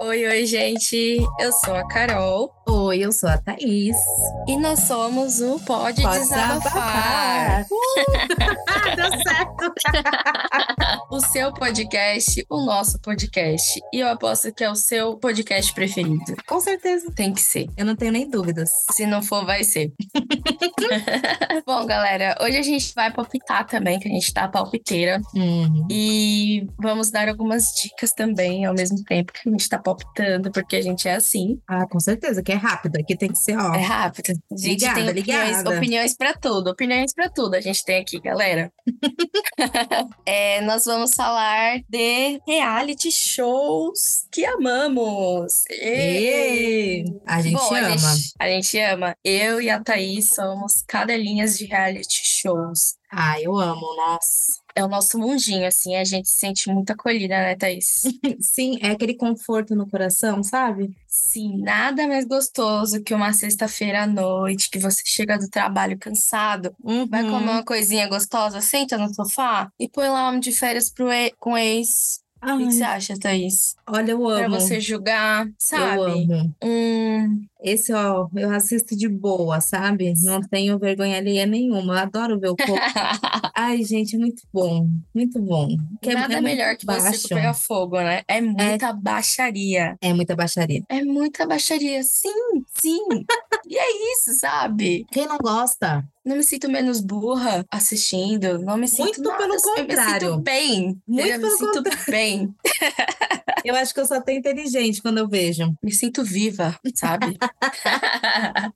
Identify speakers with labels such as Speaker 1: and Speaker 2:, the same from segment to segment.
Speaker 1: Oi, oi, gente. Eu sou a Carol.
Speaker 2: Oi, eu sou a Thaís.
Speaker 1: E nós somos o Pode,
Speaker 2: Pode
Speaker 1: Desabafar.
Speaker 2: desabafar. Ah, deu certo!
Speaker 1: O seu podcast, o nosso podcast. E eu aposto que é o seu podcast preferido.
Speaker 2: Com certeza.
Speaker 1: Tem que ser.
Speaker 2: Eu não tenho nem dúvidas.
Speaker 1: Se não for, vai ser. Bom, galera, hoje a gente vai palpitar também, que a gente tá palpiteira. Uhum. E vamos dar algumas dicas também ao mesmo tempo que a gente tá palpitando, porque a gente é assim.
Speaker 2: Ah, com certeza, que é rápido. Aqui tem que ser, ó.
Speaker 1: É rápido. A gente
Speaker 2: Ligada,
Speaker 1: tem opiniões,
Speaker 2: ligada.
Speaker 1: opiniões para tudo, opiniões para tudo a gente tem aqui, galera. É, nós vamos falar de reality shows que amamos.
Speaker 2: Ê, A gente
Speaker 1: Bom,
Speaker 2: ama.
Speaker 1: A gente, a gente ama. Eu e a Thaís somos cadelinhas de reality shows.
Speaker 2: Ah, eu amo, nossa.
Speaker 1: É o nosso mundinho, assim, a gente se sente muito acolhida, né, Thaís?
Speaker 2: Sim, é aquele conforto no coração, sabe?
Speaker 1: Sim, nada mais gostoso que uma sexta-feira à noite, que você chega do trabalho cansado, Vai
Speaker 2: Uhum.
Speaker 1: comer uma coisinha gostosa, senta no sofá e põe lá homem de férias pro e- com ex. O que que você
Speaker 2: Ai,
Speaker 1: acha, Thaís?
Speaker 2: olha, eu amo.
Speaker 1: Pra você julgar,
Speaker 2: Eu
Speaker 1: sabe?
Speaker 2: amo.
Speaker 1: Hum,
Speaker 2: Esse, ó, eu assisto de boa, sabe? Não tenho vergonha alheia nenhuma. Eu adoro ver o povo. Ai, gente, é muito bom. Muito bom. Que é-
Speaker 1: nada
Speaker 2: é muito
Speaker 1: melhor que você
Speaker 2: baixo.
Speaker 1: pegar fogo, né? É muita baixaria.
Speaker 2: É muita baixaria.
Speaker 1: É muita baixaria. Sim, sim. e é isso, sabe?
Speaker 2: Quem não gosta?
Speaker 1: Não me sinto menos burra assistindo. Não me sinto.
Speaker 2: Muito
Speaker 1: nada, assim.
Speaker 2: pelo
Speaker 1: Eu me
Speaker 2: contrário.
Speaker 1: sinto bem.
Speaker 2: Muito
Speaker 1: eu me
Speaker 2: pelo
Speaker 1: sinto bem.
Speaker 2: Eu acho que eu só tô inteligente quando eu vejo.
Speaker 1: Me sinto viva, sabe?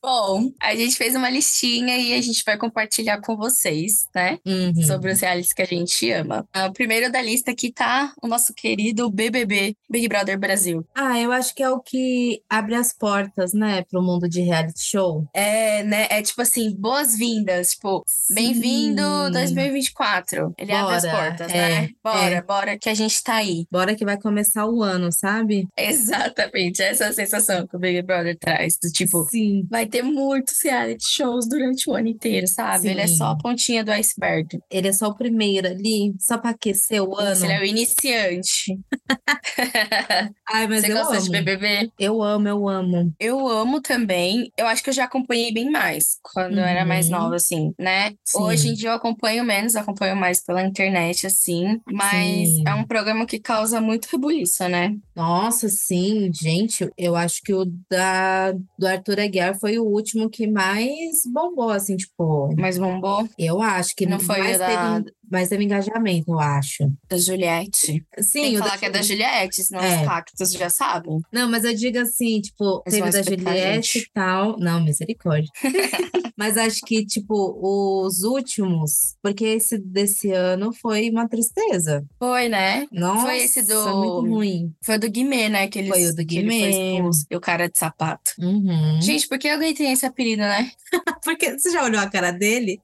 Speaker 1: Bom, a gente fez uma listinha e a gente vai compartilhar com vocês, né?
Speaker 2: Uhum.
Speaker 1: Sobre os realities que a gente ama. Ah, O primeiro da lista aqui tá o nosso querido BBB, Big Brother Brasil.
Speaker 2: Ah, eu acho que é o que abre as portas, né, pro mundo de reality show.
Speaker 1: É, né? É tipo assim, boas-vindas. Tipo, bem-vindo
Speaker 2: Sim.
Speaker 1: 2024. Ele abre as
Speaker 2: Bora,
Speaker 1: portas,
Speaker 2: é,
Speaker 1: né? Bora,
Speaker 2: é.
Speaker 1: bora, que a gente tá aí.
Speaker 2: Bora que vai começar o ano, sabe?
Speaker 1: Exatamente. Essa é a sensação que o Big Brother traz. Do tipo,
Speaker 2: Sim,
Speaker 1: Vai ter muitos reality shows durante o ano inteiro, sabe? Ele é
Speaker 2: Sim.
Speaker 1: só a pontinha do iceberg.
Speaker 2: ele é só o primeiro ali, só pra aquecer o ano.
Speaker 1: Isso, ele é o iniciante.
Speaker 2: Ai, mas
Speaker 1: Você
Speaker 2: eu
Speaker 1: gosta
Speaker 2: amo.
Speaker 1: de BBB?
Speaker 2: Eu amo, eu amo.
Speaker 1: Eu amo também. Eu acho que eu já acompanhei bem mais quando eu era mais
Speaker 2: Uhum.
Speaker 1: nova, assim, né?
Speaker 2: Sim.
Speaker 1: Hoje em dia eu acompanho menos, acompanho mais pela internet, assim. Mas
Speaker 2: Sim.
Speaker 1: é um programa que causa muito rebuliço, né?
Speaker 2: Nossa, sim, gente, eu acho que o da do Arthur Aguiar foi o último que mais bombou, assim, tipo,
Speaker 1: Mas bombou
Speaker 2: eu acho que
Speaker 1: Não foi o
Speaker 2: mais
Speaker 1: da-
Speaker 2: teve, mais teve engajamento, eu acho.
Speaker 1: da Juliette.
Speaker 2: Sim,
Speaker 1: Tem que
Speaker 2: o da
Speaker 1: falar que é da Juliette, senão
Speaker 2: É.
Speaker 1: os cactos já sabem.
Speaker 2: Não, mas eu digo assim, tipo,
Speaker 1: Eles
Speaker 2: teve
Speaker 1: vão
Speaker 2: da
Speaker 1: espetar a
Speaker 2: Juliette
Speaker 1: é gente.
Speaker 2: e tal. Não, misericórdia. Mas acho que, tipo, os últimos, porque esse desse ano foi uma tristeza.
Speaker 1: Foi, né?
Speaker 2: Nossa,
Speaker 1: esse do-
Speaker 2: muito ruim.
Speaker 1: Foi o do Guimê, né? Que eles,
Speaker 2: Foi o do
Speaker 1: que ele foi
Speaker 2: Guimê.
Speaker 1: expulso. E o cara de sapato.
Speaker 2: Uhum.
Speaker 1: Gente, por que alguém tem esse apelido, né?
Speaker 2: Porque você já olhou a cara dele?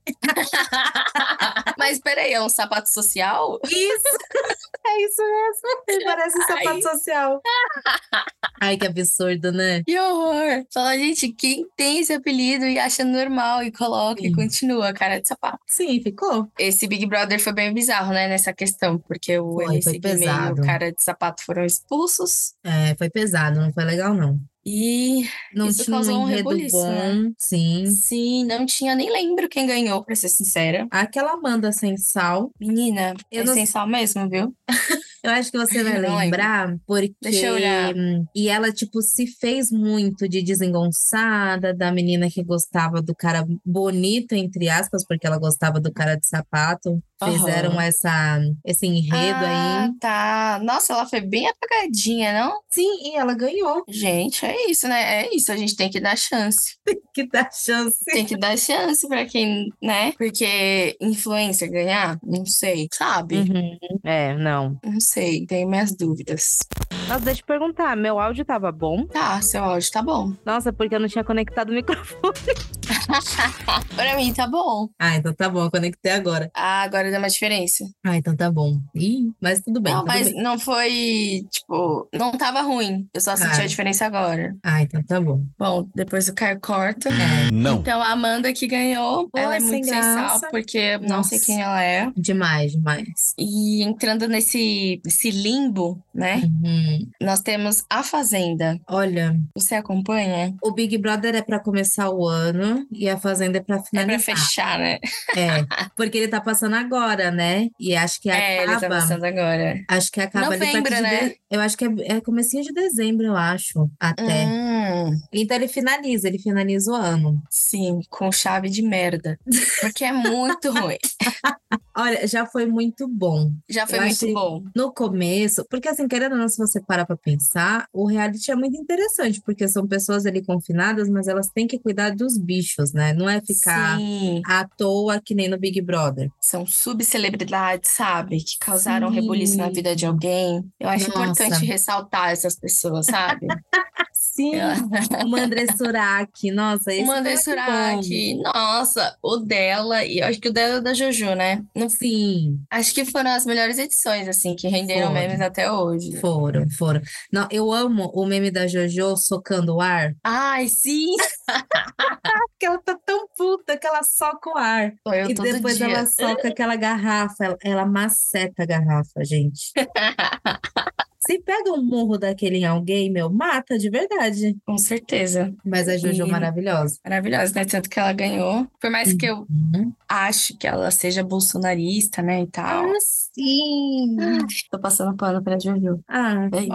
Speaker 1: Mas peraí, é um sapato social?
Speaker 2: Isso! é isso mesmo. Ele parece um sapato
Speaker 1: Ai.
Speaker 2: social. Ai, que absurdo, né?
Speaker 1: Que horror! Fala, gente, quem tem esse apelido e acha normal e coloca e
Speaker 2: Sim.
Speaker 1: continua, cara de sapato.
Speaker 2: Sim, ficou.
Speaker 1: Esse Big Brother foi bem bizarro, né? Nessa questão, porque o
Speaker 2: Foi,
Speaker 1: MC
Speaker 2: foi
Speaker 1: Guimê e o
Speaker 2: pesado.
Speaker 1: cara de sapato foram expulsos.
Speaker 2: É, foi pesado, não foi legal, não.
Speaker 1: E
Speaker 2: Não
Speaker 1: Isso
Speaker 2: tinha um
Speaker 1: causou um
Speaker 2: enredo
Speaker 1: rebuliço, né?
Speaker 2: bom. Sim.
Speaker 1: sim, assim, não tinha, nem lembro quem ganhou, pra ser sincera.
Speaker 2: Aquela Amanda sem sal.
Speaker 1: Menina,
Speaker 2: Eu
Speaker 1: é
Speaker 2: não-
Speaker 1: essencial mesmo, viu?
Speaker 2: Eu acho que você vai
Speaker 1: Não lembro.
Speaker 2: lembrar, porque.
Speaker 1: Deixa eu olhar.
Speaker 2: hum, E ela, tipo, se fez muito de desengonçada, da menina que gostava do cara bonito, entre aspas, porque ela gostava do cara de sapato. Fizeram
Speaker 1: Aham.
Speaker 2: essa, esse enredo
Speaker 1: ah,
Speaker 2: aí.
Speaker 1: tá. Nossa, ela foi bem apagadinha, não?
Speaker 2: Sim, e ela ganhou.
Speaker 1: Gente, é isso, né? É isso, a gente tem que dar chance.
Speaker 2: Que dá chance.
Speaker 1: Tem que dar chance pra quem, né? Porque influencer ganhar, não sei, sabe?
Speaker 2: É, não.
Speaker 1: Não sei, tenho minhas dúvidas.
Speaker 2: Nossa, deixa eu perguntar, meu áudio tava bom?
Speaker 1: Tá, seu áudio tá bom.
Speaker 2: Nossa, porque eu não tinha conectado o microfone.
Speaker 1: pra mim tá bom.
Speaker 2: Ah, então tá bom, eu conectei agora.
Speaker 1: Ah, agora deu uma diferença.
Speaker 2: Ah, então tá bom. Ih, mas tudo bem.
Speaker 1: não,
Speaker 2: tudo
Speaker 1: mas
Speaker 2: bem.
Speaker 1: não foi, tipo, não tava ruim. Eu só senti
Speaker 2: Ah.
Speaker 1: a diferença agora.
Speaker 2: Ah, então tá bom. É,
Speaker 1: Bom, depois o Caio corta.
Speaker 3: Não.
Speaker 1: Então a Amanda que ganhou,
Speaker 2: Pô,
Speaker 1: ela é
Speaker 2: sem
Speaker 1: muito sem
Speaker 2: graça.
Speaker 1: sal, porque eu não
Speaker 2: Nossa.
Speaker 1: sei quem ela é.
Speaker 2: Demais, demais.
Speaker 1: E entrando nesse, nesse limbo, né?
Speaker 2: Uhum.
Speaker 1: Nós temos A Fazenda.
Speaker 2: Olha,
Speaker 1: Você acompanha?
Speaker 2: o Big Brother é pra começar o ano e a Fazenda é pra
Speaker 1: É pra
Speaker 2: finalizar.
Speaker 1: fechar, né?
Speaker 2: É, porque ele tá passando agora, né? E acho que
Speaker 1: É, ele tá
Speaker 2: acaba.
Speaker 1: passando agora.
Speaker 2: Acho que acaba ali a
Speaker 1: Novembro,
Speaker 2: partir de
Speaker 1: né?
Speaker 2: de- Eu acho que é, é comecinho de dezembro, eu acho, até.
Speaker 1: Hum,
Speaker 2: Então ele finaliza, ele finaliza o ano.
Speaker 1: sim, com chave de merda. Porque é muito ruim.
Speaker 2: Olha, já foi muito bom.
Speaker 1: Já foi
Speaker 2: Eu
Speaker 1: muito
Speaker 2: achei-
Speaker 1: bom.
Speaker 2: No começo, porque assim, querendo ou não, se você parar pra pensar, o reality é muito interessante, porque são pessoas ali confinadas, mas elas têm que cuidar dos bichos, né? Não é ficar
Speaker 1: Sim,
Speaker 2: à toa que nem no Big Brother.
Speaker 1: são subcelebridades, sabe? Que causaram
Speaker 2: Sim.
Speaker 1: rebuliço na vida de alguém. Eu acho
Speaker 2: Nossa.
Speaker 1: importante ressaltar essas pessoas, sabe?
Speaker 2: Sim,
Speaker 1: Eu-
Speaker 2: o André Surak, nossa, esse
Speaker 1: O É. André
Speaker 2: foi muito bom.
Speaker 1: Surak, nossa, o dela, e eu acho que o dela é da Jojo, né? Não-
Speaker 2: Sim.
Speaker 1: acho que foram as melhores edições, assim, que renderam
Speaker 2: Foram.
Speaker 1: memes até hoje.
Speaker 2: Foram, foram. Não, eu amo o meme da JoJo socando o ar.
Speaker 1: Ai, sim!
Speaker 2: Porque ela tá tão puta que ela soca o ar.
Speaker 1: Sou eu
Speaker 2: e
Speaker 1: todo
Speaker 2: depois
Speaker 1: dia.
Speaker 2: ela soca aquela garrafa, ela, ela maceta a garrafa, gente. Se pega um murro daquele em alguém, meu, mata de verdade.
Speaker 1: Com certeza.
Speaker 2: Mas a JoJo é
Speaker 1: E-
Speaker 2: maravilhosa.
Speaker 1: Maravilhosa, né? Tanto que ela ganhou. Por mais que eu acho que ela seja bolsonarista, né, e tal.
Speaker 2: Ah, sim!
Speaker 1: Tô passando pano pra Jojo.
Speaker 2: Ah,
Speaker 1: É isso.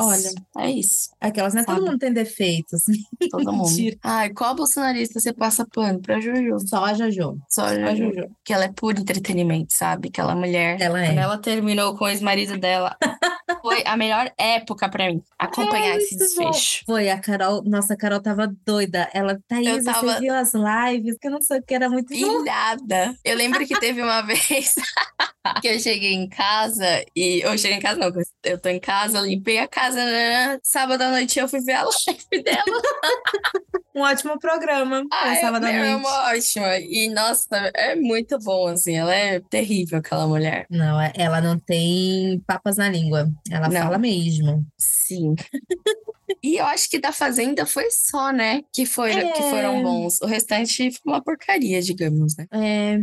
Speaker 2: olha,
Speaker 1: É isso.
Speaker 2: aquelas, né? Todo
Speaker 1: Sabe.
Speaker 2: mundo tem defeitos.
Speaker 1: Todo mundo.
Speaker 2: Mentira.
Speaker 1: Ai, qual bolsonarista você passa pano pra Jojo?
Speaker 2: Só a JoJo.
Speaker 1: Só a
Speaker 2: Só a
Speaker 1: Jojo.
Speaker 2: JoJo.
Speaker 1: Que ela é puro entretenimento, sabe? Aquela mulher.
Speaker 2: Ela é.
Speaker 1: Quando ela terminou com o ex-marido dela, foi a melhor época pra mim acompanhar
Speaker 2: É,
Speaker 1: esse
Speaker 2: muito bom.
Speaker 1: desfecho.
Speaker 2: Foi, a Carol, nossa, a Carol tava doida. Ela, Thaís, você
Speaker 1: tava-
Speaker 2: viu as lives, que eu não sei o que, era muito bom.
Speaker 1: Pilhada. Eu lembro que teve uma vez que eu cheguei em casa e. Eu cheguei em casa, não, eu tô em casa, limpei a casa, né? sábado à noite eu fui ver a live dela.
Speaker 2: Um ótimo programa,
Speaker 1: Ai,
Speaker 2: passava da
Speaker 1: meu, é
Speaker 2: noite.
Speaker 1: uma ótima. E nossa, é muito bom, assim, ela é terrível, aquela mulher.
Speaker 2: Não, é- ela não tem papas na língua. Ela
Speaker 1: Não.
Speaker 2: fala mesmo.
Speaker 1: Sim. E eu acho que da Fazenda foi só, né? Que, foi, que
Speaker 2: É.
Speaker 1: foram bons. O restante foi uma porcaria, digamos, né?
Speaker 2: É.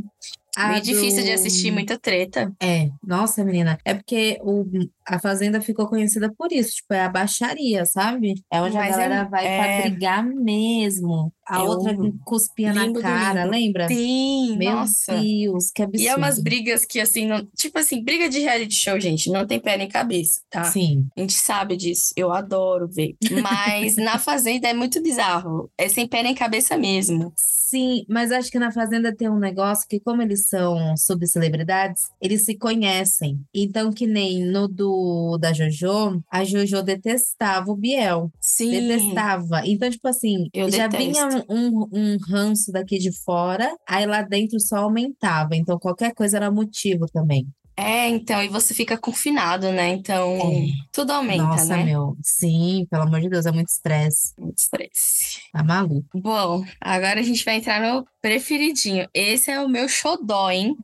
Speaker 2: a
Speaker 1: Meio Ah, difícil de
Speaker 2: do-
Speaker 1: assistir, muita treta.
Speaker 2: É, nossa, menina. É porque o, a Fazenda ficou conhecida por isso. Tipo, é a baixaria, sabe? É onde
Speaker 1: Mas
Speaker 2: a
Speaker 1: é-
Speaker 2: galera vai
Speaker 1: é.
Speaker 2: pra brigar mesmo. A
Speaker 1: É o
Speaker 2: outra cuspia na
Speaker 1: limbo do
Speaker 2: cara,
Speaker 1: limbo.
Speaker 2: lembra?
Speaker 1: Sim,
Speaker 2: Meu
Speaker 1: nossa.
Speaker 2: Deus, que absurdo.
Speaker 1: E é umas brigas que, assim, não- tipo assim, briga de reality show, gente, não tem pé nem cabeça, tá?
Speaker 2: Sim.
Speaker 1: A gente sabe disso, eu adoro ver. Mas na Fazenda é muito bizarro, é sem pé nem cabeça mesmo.
Speaker 2: Sim, mas acho que na Fazenda tem um negócio que, como eles são subcelebridades, eles se conhecem. Então, que nem no do da JoJo, a JoJo detestava o Biel.
Speaker 1: Sim,
Speaker 2: Detestava. Então, tipo assim,
Speaker 1: Eu
Speaker 2: já
Speaker 1: detesto.
Speaker 2: vinha um, um, um ranço daqui de fora, aí lá dentro só aumentava. Então, qualquer coisa era motivo também.
Speaker 1: é, então, e você fica confinado, né? Então, tudo aumenta,
Speaker 2: É. Nossa,
Speaker 1: né?
Speaker 2: meu. Sim, pelo amor de Deus, é muito estresse.
Speaker 1: Muito estresse.
Speaker 2: Tá maluco?
Speaker 1: Bom, agora a gente vai entrar no preferidinho. Esse é o meu xodó, hein?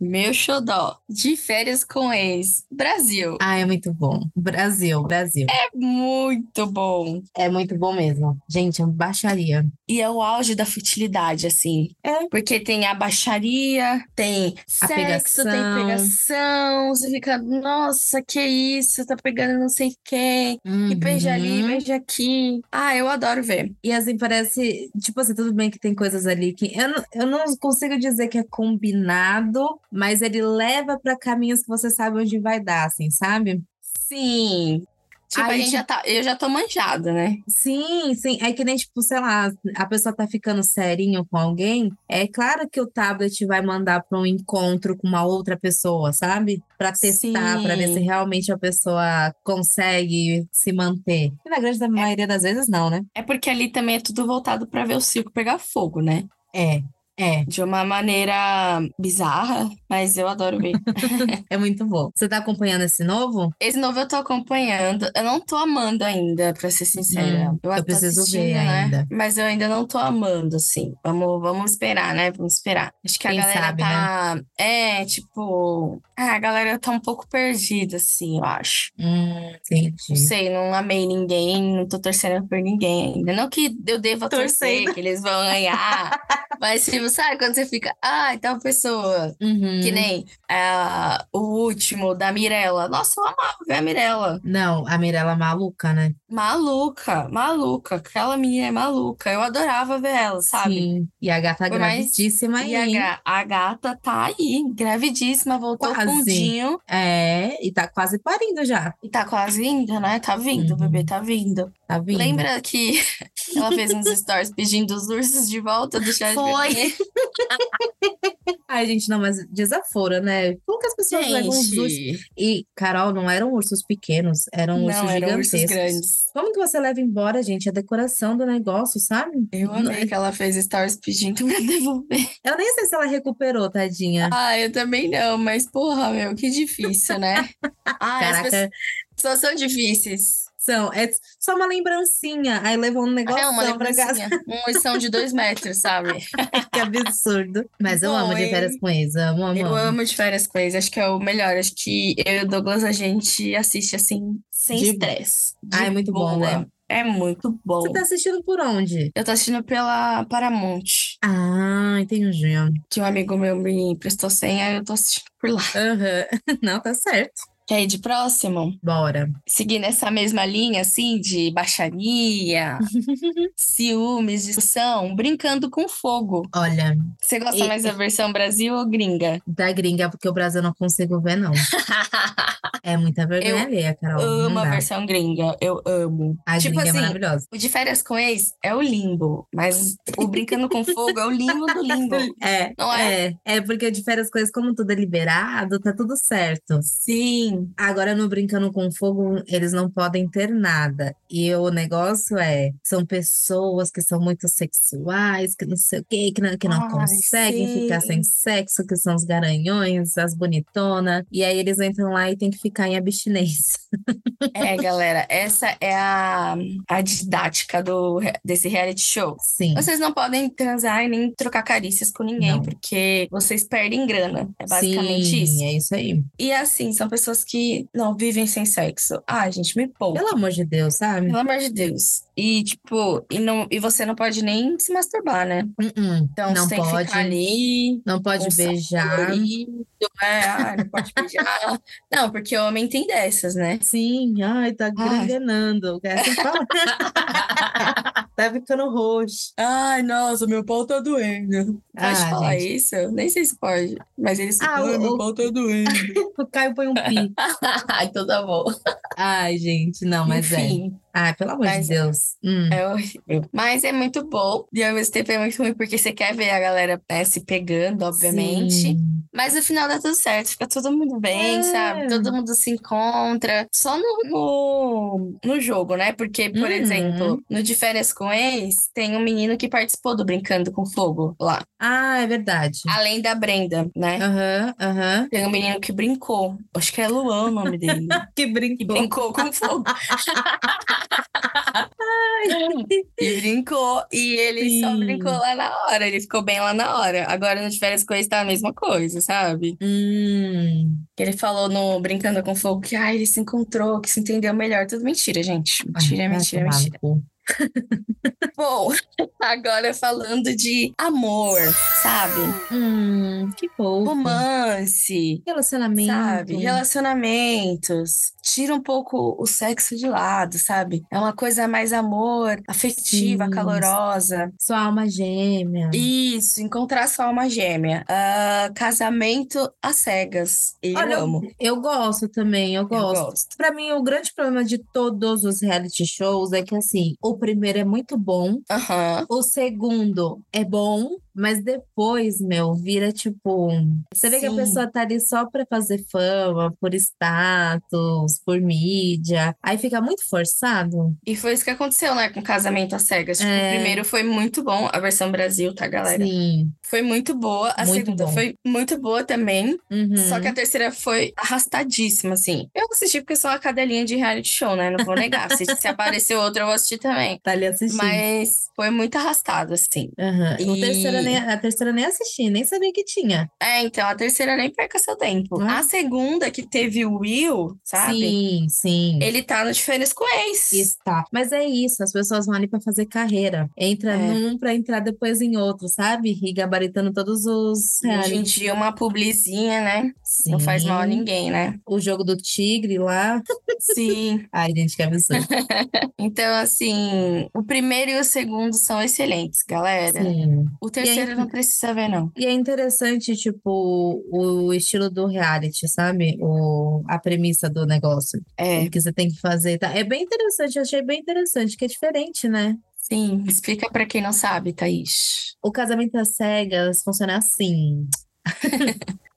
Speaker 1: meu xodó. De férias com ex. Brasil.
Speaker 2: Ah, é muito bom. Brasil, Brasil.
Speaker 1: É muito bom.
Speaker 2: É muito bom mesmo. Gente, é uma baixaria.
Speaker 1: E é o auge da futilidade, assim.
Speaker 2: É.
Speaker 1: Porque tem a baixaria, tem
Speaker 2: A
Speaker 1: sexo, tem
Speaker 2: pegação.
Speaker 1: pegação. Você fica, nossa, que isso? Tá pegando não sei quem. E beija ali,
Speaker 2: Uhum.
Speaker 1: beija aqui. Ah, eu adoro ver.
Speaker 2: E assim, parece. Tipo assim, tudo bem que tem coisas ali que. Eu não, eu não consigo dizer que é combinado, mas ele leva pra caminhos que você sabe onde vai dar, assim, sabe?
Speaker 1: Sim. Tipo,
Speaker 2: Aí,
Speaker 1: a gente
Speaker 2: tipo-
Speaker 1: já tá, eu já tô manjada, né?
Speaker 2: Sim, sim. É que nem, tipo, sei lá, a pessoa tá ficando serinho com alguém. É claro que o tablet vai mandar pra um encontro com uma outra pessoa, sabe? Pra testar, pra ver
Speaker 1: Sim.
Speaker 2: se realmente a pessoa consegue se manter. E na grande maioria das vezes, não, né?
Speaker 1: É porque ali também é tudo voltado pra ver o circo pegar fogo, né?
Speaker 2: É, É,
Speaker 1: de uma maneira bizarra, mas eu adoro ver.
Speaker 2: é muito bom. Você tá acompanhando esse novo?
Speaker 1: Esse novo eu tô acompanhando. Eu não tô amando ainda, pra ser sincera. eu tô
Speaker 2: Hum, preciso
Speaker 1: assistindo,
Speaker 2: ver
Speaker 1: né?
Speaker 2: ainda.
Speaker 1: Mas eu ainda não tô amando, assim. Vamos, vamos esperar, né? Vamos esperar. Acho que a
Speaker 2: Quem
Speaker 1: galera
Speaker 2: sabe, né?
Speaker 1: tá. É, tipo. ah, a galera tá um pouco perdida, assim, eu acho.
Speaker 2: Hum,
Speaker 1: Não
Speaker 2: entendi.
Speaker 1: sei, não amei ninguém, não tô torcendo por ninguém ainda. Não que eu deva
Speaker 2: Torcendo.
Speaker 1: torcer, que eles vão ganhar. Mas, tipo, sabe quando você fica, ah, tal pessoa.
Speaker 2: Uhum.
Speaker 1: Que nem ah, o último da Mirella. Nossa, eu amava ver a Mirella.
Speaker 2: Uhum. Não, a Mirella maluca, né?
Speaker 1: Maluca, maluca. Aquela menina é maluca. Eu adorava ver ela, sabe?
Speaker 2: Sim. E a gata
Speaker 1: Por mais-
Speaker 2: gravidíssima
Speaker 1: E a,
Speaker 2: aí.
Speaker 1: gra- a gata tá aí, gravidíssima, voltou
Speaker 2: Quase.
Speaker 1: com o Dinho.
Speaker 2: É, e tá quase parindo já.
Speaker 1: E tá quase indo, né? Tá vindo, o
Speaker 2: Uhum.
Speaker 1: bebê tá vindo.
Speaker 2: Tá vindo.
Speaker 1: Lembra que ela fez uns stories pedindo os ursos de volta do Chat
Speaker 2: Foi. Ai, gente, não, mas desaforo, né? Como que as pessoas levam os ursos?
Speaker 1: Gente,
Speaker 2: E, Carol, não eram ursos pequenos, eram ursos
Speaker 1: não, eram ursos
Speaker 2: gigantescos.
Speaker 1: grandes.
Speaker 2: Como que você leva embora, gente, a decoração do negócio, sabe?
Speaker 1: Eu
Speaker 2: é?
Speaker 1: amei que ela fez stories pedindo pra devolver.
Speaker 2: Eu nem sei se ela recuperou, tadinha.
Speaker 1: Ah, eu também não, mas porra, meu, que difícil, né? Ah, as
Speaker 2: Caraca,
Speaker 1: pessoas são difíceis.
Speaker 2: são, é só uma lembrancinha. Aí levou um negócio
Speaker 1: É uma lembrancinha. Um ursão de dois metros, sabe?
Speaker 2: que absurdo. Mas eu
Speaker 1: Bom,
Speaker 2: amo de
Speaker 1: hein?
Speaker 2: férias com eles, amo, amo,
Speaker 1: Eu
Speaker 2: amo.
Speaker 1: amo de várias coisas, acho que é o melhor. Acho que eu e o Douglas a gente assiste assim, sem
Speaker 2: De-
Speaker 1: estresse. De
Speaker 2: Ah, é muito bom,
Speaker 1: boa.
Speaker 2: né?
Speaker 1: É muito bom.
Speaker 2: Você tá assistindo por onde?
Speaker 1: Eu tô assistindo pela Paramount,
Speaker 2: Ah, entendi.
Speaker 1: que um amigo meu me emprestou senha, aí eu tô assistindo por lá.
Speaker 2: Aham. Não, tá certo.
Speaker 1: Quer ir de próximo?
Speaker 2: Bora.
Speaker 1: seguindo essa mesma linha, assim, de baixaria, ciúmes, discussão, brincando com fogo.
Speaker 2: Olha,
Speaker 1: Você gosta
Speaker 2: E-
Speaker 1: mais da versão Brasil ou gringa?
Speaker 2: da gringa, porque o Brasil eu não consigo ver, não. É muita vergonha
Speaker 1: Eu
Speaker 2: alheia, Carol. não
Speaker 1: amo a
Speaker 2: dá.
Speaker 1: versão gringa, eu amo.
Speaker 2: A
Speaker 1: tipo
Speaker 2: gringa é
Speaker 1: assim,
Speaker 2: maravilhosa.
Speaker 1: o de férias com ex é o limbo, mas o brincando com fogo é o limbo do limbo.
Speaker 2: É,
Speaker 1: Não
Speaker 2: é, é porque de férias coisas, como tudo é liberado, tá tudo certo.
Speaker 1: Sim,
Speaker 2: Agora, no Brincando com Fogo, eles não podem ter nada. E o negócio é, são pessoas que são muito sexuais, que não sei o quê, que não, que não
Speaker 1: Ai,
Speaker 2: conseguem ficar sem sexo, que são os garanhões, as bonitonas. E aí eles entram lá e tem que ficar em abstinência.
Speaker 1: é, galera, essa é a, a didática do, desse reality show.
Speaker 2: Sim.
Speaker 1: Vocês não podem transar e nem trocar carícias com ninguém,
Speaker 2: Não.
Speaker 1: porque vocês perdem grana. É basicamente
Speaker 2: Sim,
Speaker 1: isso.
Speaker 2: é isso aí.
Speaker 1: E assim, são pessoas que não vivem sem sexo. Ai, gente, me poupa.
Speaker 2: Pelo amor de Deus, sabe?
Speaker 1: Pelo amor de Deus. E, tipo, e, não, e você não pode nem se masturbar, né?
Speaker 2: Uh-uh,
Speaker 1: Então,
Speaker 2: não
Speaker 1: você tem que
Speaker 2: pode,
Speaker 1: ficar ali,
Speaker 2: não pode
Speaker 1: com Tá.
Speaker 2: beijar.
Speaker 1: colorido, é, ah, não pode beijar. Não, porque homem tem dessas, né?
Speaker 2: Sim, ai, tá grandenando. É assim que fala? tá ficando roxo.
Speaker 1: Ai, nossa, meu pau tá doendo. Pode
Speaker 2: Ah,
Speaker 1: falar
Speaker 2: gente.
Speaker 1: isso? Nem sei se pode. Mas ele se
Speaker 2: Ah,
Speaker 1: "Ai,
Speaker 2: o-
Speaker 1: meu
Speaker 2: o-
Speaker 1: pau tá doendo.
Speaker 2: O Caio põe um pi.
Speaker 1: então tá bom.
Speaker 2: Ai, gente, não, mas é.
Speaker 1: Enfim,
Speaker 2: Ai, pelo amor de
Speaker 1: Mas é.
Speaker 2: Deus. Hum,
Speaker 1: é. horrível. Mas é muito bom. E ao mesmo tempo é muito ruim, porque você quer ver a galera né, se pegando, obviamente.
Speaker 2: sim.
Speaker 1: Mas no final dá tudo certo, fica todo mundo bem,
Speaker 2: É.
Speaker 1: sabe? Todo mundo se encontra. Só no, no, no jogo, né? Porque, por
Speaker 2: Uhum.
Speaker 1: exemplo, no De Férias com Ex, tem um menino que participou do Brincando com Fogo lá.
Speaker 2: Ah, é verdade.
Speaker 1: Além da Brenda, né?
Speaker 2: Aham, aham.
Speaker 1: Tem um menino que brincou. Acho que é Luan o nome dele.
Speaker 2: Que
Speaker 1: Que
Speaker 2: brincou.
Speaker 1: brincou com fogo. E brincou. E ele só
Speaker 2: Sim.
Speaker 1: brincou lá na hora. Ele ficou bem lá na hora. Agora, no De Férias com Ex, tá a mesma coisa, sabe?
Speaker 2: Hum,
Speaker 1: Que Ele falou no Brincando com Fogo que ah, ele se encontrou, que se entendeu melhor. Tudo mentira, gente. Mentira,
Speaker 2: ai, vai
Speaker 1: mentira,
Speaker 2: tomar no
Speaker 1: mentira.
Speaker 2: cu.
Speaker 1: Bom, agora falando de amor, sabe?
Speaker 2: Hum, que fofo.
Speaker 1: Romance,
Speaker 2: Relacionamento.
Speaker 1: sabe? Relacionamentos. Tira um pouco o sexo de lado, sabe? É uma coisa mais amor, afetiva,
Speaker 2: Sim.
Speaker 1: calorosa.
Speaker 2: Sua alma gêmea.
Speaker 1: Isso, encontrar sua alma gêmea. Ah, casamento às cegas. Eu
Speaker 2: Olha,
Speaker 1: amo.
Speaker 2: Eu gosto também, eu
Speaker 1: Eu
Speaker 2: gosto.
Speaker 1: gosto.
Speaker 2: Pra mim, o grande problema de todos os reality shows é que, assim, o primeiro é muito bom,
Speaker 1: Aham.
Speaker 2: o segundo é bom, Mas depois, meu, vira tipo. Você vê que a
Speaker 1: Sim.
Speaker 2: pessoa tá ali só pra fazer fama, por status, por mídia. Aí fica muito forçado.
Speaker 1: E foi isso que aconteceu, né, com Casamento às Cegas. Tipo,
Speaker 2: É.
Speaker 1: o primeiro foi muito bom, a versão Brasil, tá, galera?
Speaker 2: Sim.
Speaker 1: Foi muito boa. A
Speaker 2: Muito
Speaker 1: segunda
Speaker 2: bom.
Speaker 1: foi muito boa também.
Speaker 2: Uhum.
Speaker 1: Só que a terceira foi arrastadíssima, assim. Eu assisti porque sou a cadelinha de reality show, né? Não vou negar. se, se aparecer outra, eu vou assistir também.
Speaker 2: tá ali assistindo.
Speaker 1: Mas foi muito arrastado, assim.
Speaker 2: Aham. O
Speaker 1: E-
Speaker 2: terceiro nem, a terceira nem assisti, nem sabia que tinha.
Speaker 1: É, então a terceira nem perca seu tempo.
Speaker 2: Ah.
Speaker 1: A segunda, que teve o Will, sabe?
Speaker 2: Sim, sim.
Speaker 1: Ele tá no de férias com o ex.
Speaker 2: Está. Mas é isso, as pessoas vão ali para fazer carreira. Entra
Speaker 1: É.
Speaker 2: num para entrar depois em outro, sabe? E gabaritando todos os
Speaker 1: Hoje em
Speaker 2: reality.
Speaker 1: dia, uma publizinha, né?
Speaker 2: Sim.
Speaker 1: Não faz mal a ninguém, né?
Speaker 2: O jogo do tigre lá.
Speaker 1: Sim.
Speaker 2: Ai, gente, que absurdo.
Speaker 1: Então, assim, o primeiro e o segundo são excelentes, galera.
Speaker 2: Sim.
Speaker 1: O terceiro não precisa ver, não.
Speaker 2: E é interessante, tipo, o estilo do reality, sabe? O, a premissa do negócio.
Speaker 1: É,
Speaker 2: O que você tem que fazer. e tal. É bem interessante, eu achei bem interessante, que é diferente, né?
Speaker 1: sim. Explica pra quem não sabe, Thaís.
Speaker 2: O casamento às cegas funciona assim.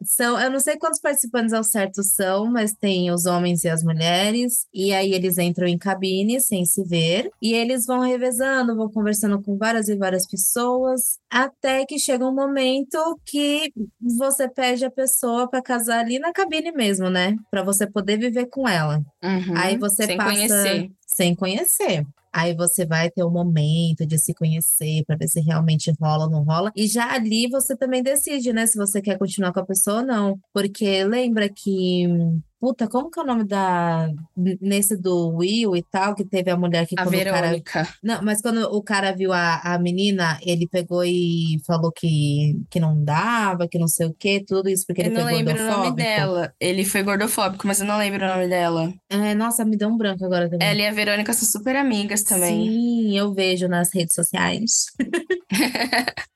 Speaker 2: São, eu não sei quantos participantes ao certo são, mas tem os homens e as mulheres. E aí eles entram em cabine sem se ver. E eles vão revezando, vão conversando com várias e várias pessoas. Até que chega um momento que você pede a pessoa para casar ali na cabine mesmo, né? Para você poder viver com ela
Speaker 1: Uhum,
Speaker 2: Aí você
Speaker 1: sem
Speaker 2: passa-
Speaker 1: conhecer.
Speaker 2: sem conhecer. Aí você vai ter o momento de se conhecer para ver se realmente rola ou não rola. E já ali você também decide, né, se você quer continuar com a pessoa ou não. Porque lembra que. hum, Puta, como que é o nome da. n- Nesse do Will e tal, que teve a mulher que
Speaker 1: A
Speaker 2: quando o cara.
Speaker 1: Verônica.
Speaker 2: Não, mas quando o cara viu a, a menina, ele pegou e falou que, que não dava, que não sei o quê, tudo isso porque
Speaker 1: Eu
Speaker 2: ele
Speaker 1: não
Speaker 2: foi
Speaker 1: lembro o nome
Speaker 2: gordofóbico.
Speaker 1: dela. Ele foi gordofóbico, mas eu não lembro o nome dela.
Speaker 2: É, nossa, me deu um branco agora também.
Speaker 1: Ela e a Verônica são super amigas também.
Speaker 2: Sim, eu vejo nas redes sociais.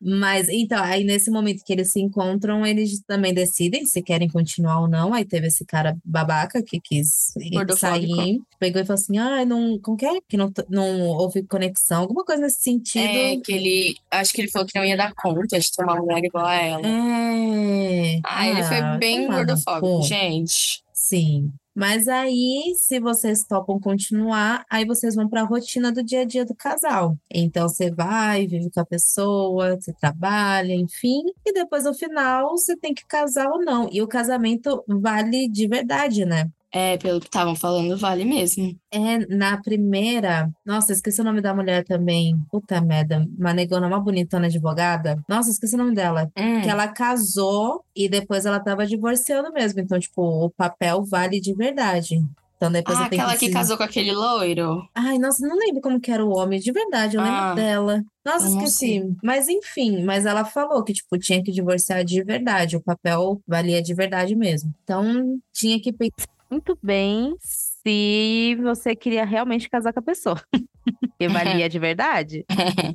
Speaker 2: Mas então, aí nesse momento que eles se encontram, eles também decidem se querem continuar ou não. Aí teve esse cara babaca que quis ir-
Speaker 1: Gordofóbico.
Speaker 2: sair, pegou e falou assim: ah, não, como que é? Que não, t- não houve conexão, alguma coisa nesse sentido.
Speaker 1: É, que ele. Acho que ele falou que não ia dar conta de ter uma mulher igual a ela.
Speaker 2: É.
Speaker 1: Ah, ele foi
Speaker 2: Hum. Ah,
Speaker 1: bem
Speaker 2: tomar no
Speaker 1: gordofóbico,
Speaker 2: cu.
Speaker 1: gente.
Speaker 2: Sim. Mas aí, se vocês topam continuar, aí vocês vão para a rotina do dia a dia do casal. Então, você vai, vive com a pessoa, você trabalha, enfim. E depois, no final, você tem que casar ou não. E o casamento vale de verdade, né?
Speaker 1: É, pelo que estavam falando, vale mesmo.
Speaker 2: É na primeira. Nossa, esqueci o nome da mulher também. Puta merda. Uma negona, uma bonitona advogada. Nossa, esqueci o nome dela.
Speaker 1: Hum.
Speaker 2: Que ela casou e depois ela tava divorciando mesmo. Então, tipo, o papel vale de verdade. Então depois
Speaker 1: Ah,
Speaker 2: você tem
Speaker 1: aquela que
Speaker 2: se-
Speaker 1: casou com aquele loiro?
Speaker 2: Ai, nossa, não lembro como que era o homem, de verdade, eu lembro
Speaker 1: Ah,
Speaker 2: dela. Nossa,
Speaker 1: eu não
Speaker 2: esqueci. Mas enfim, mas ela falou que, tipo, tinha que divorciar de verdade, o papel valia de verdade mesmo. Então, tinha que pensar muito bem se você queria realmente casar com a pessoa. Porque valia de verdade.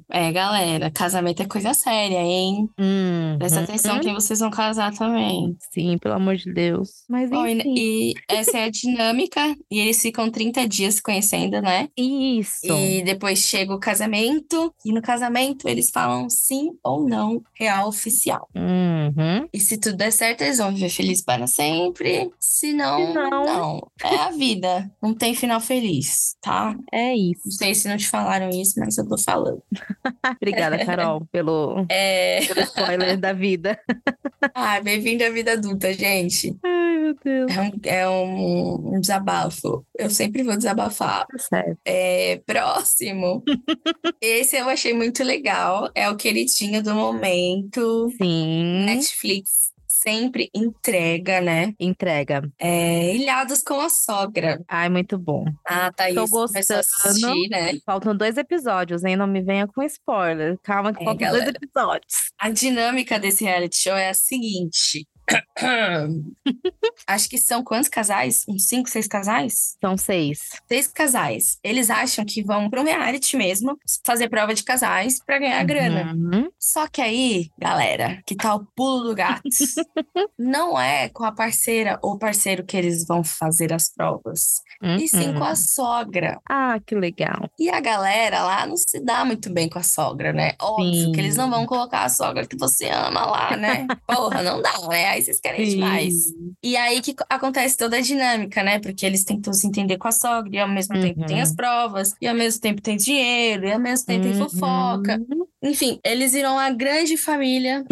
Speaker 1: É, galera, casamento é coisa séria, hein? Presta
Speaker 2: Uhum.
Speaker 1: atenção que vocês vão casar também.
Speaker 2: Sim, pelo amor de Deus. Mas
Speaker 1: Bom, e-
Speaker 2: enfim,
Speaker 1: e essa é a dinâmica, e eles ficam 30 dias se conhecendo, né?
Speaker 2: isso.
Speaker 1: E depois chega o casamento, e no casamento eles falam sim ou não, real oficial.
Speaker 2: Uhum.
Speaker 1: E se tudo der certo, eles vão viver felizes para sempre. Se não,
Speaker 2: Se não-
Speaker 1: não. É a vida. Não tem final feliz, tá?
Speaker 2: É isso.
Speaker 1: Não sei se não te falaram isso, mas eu tô falando.
Speaker 2: Ah, Obrigada, Carol, pelo,
Speaker 1: É.
Speaker 2: pelo spoiler da vida.
Speaker 1: Ah, bem-vindo à vida adulta, gente.
Speaker 2: Ai, meu Deus.
Speaker 1: É um, é um- um desabafo. Eu sempre vou desabafar.
Speaker 2: Tá certo.
Speaker 1: É, próximo. Esse eu achei muito legal. É o queridinho do momento.
Speaker 2: Uhum. Sim.
Speaker 1: Netflix sempre entrega, né?
Speaker 2: Entrega.
Speaker 1: É, Ilhados com a sogra.
Speaker 2: Ai, muito bom.
Speaker 1: Ah, Thaís
Speaker 2: Tô
Speaker 1: começou a assistir, né?
Speaker 2: Faltam dois episódios, hein? Não me venha com spoiler. Calma que
Speaker 1: É,
Speaker 2: faltam dois
Speaker 1: galera.
Speaker 2: episódios.
Speaker 1: A dinâmica desse reality show é a seguinte. Acho que são quantos casais? Uns cinco, seis casais?
Speaker 2: São seis.
Speaker 1: seis casais. Eles acham que vão para um reality mesmo fazer prova de casais para ganhar grana.
Speaker 2: Uhum.
Speaker 1: Só que aí, galera, que tá o pulo do gato. não é com a parceira ou parceiro que eles vão fazer as provas. E sim com a sogra.
Speaker 2: Uhum. Ah, que legal.
Speaker 1: E a galera lá não se dá muito bem com a sogra, né? Óbvio
Speaker 2: Sim.
Speaker 1: que eles não vão colocar a sogra que você ama lá, né? Porra, não dá, né? Aí vocês querem demais. E aí que co- acontece toda a dinâmica, né? Porque eles tentam se entender com a sogra, e ao mesmo tempo tem
Speaker 2: Uhum.
Speaker 1: as provas, e ao mesmo tempo tem dinheiro, e ao mesmo tempo tem
Speaker 2: Uhum.
Speaker 1: fofoca. Enfim, eles viram uma grande família,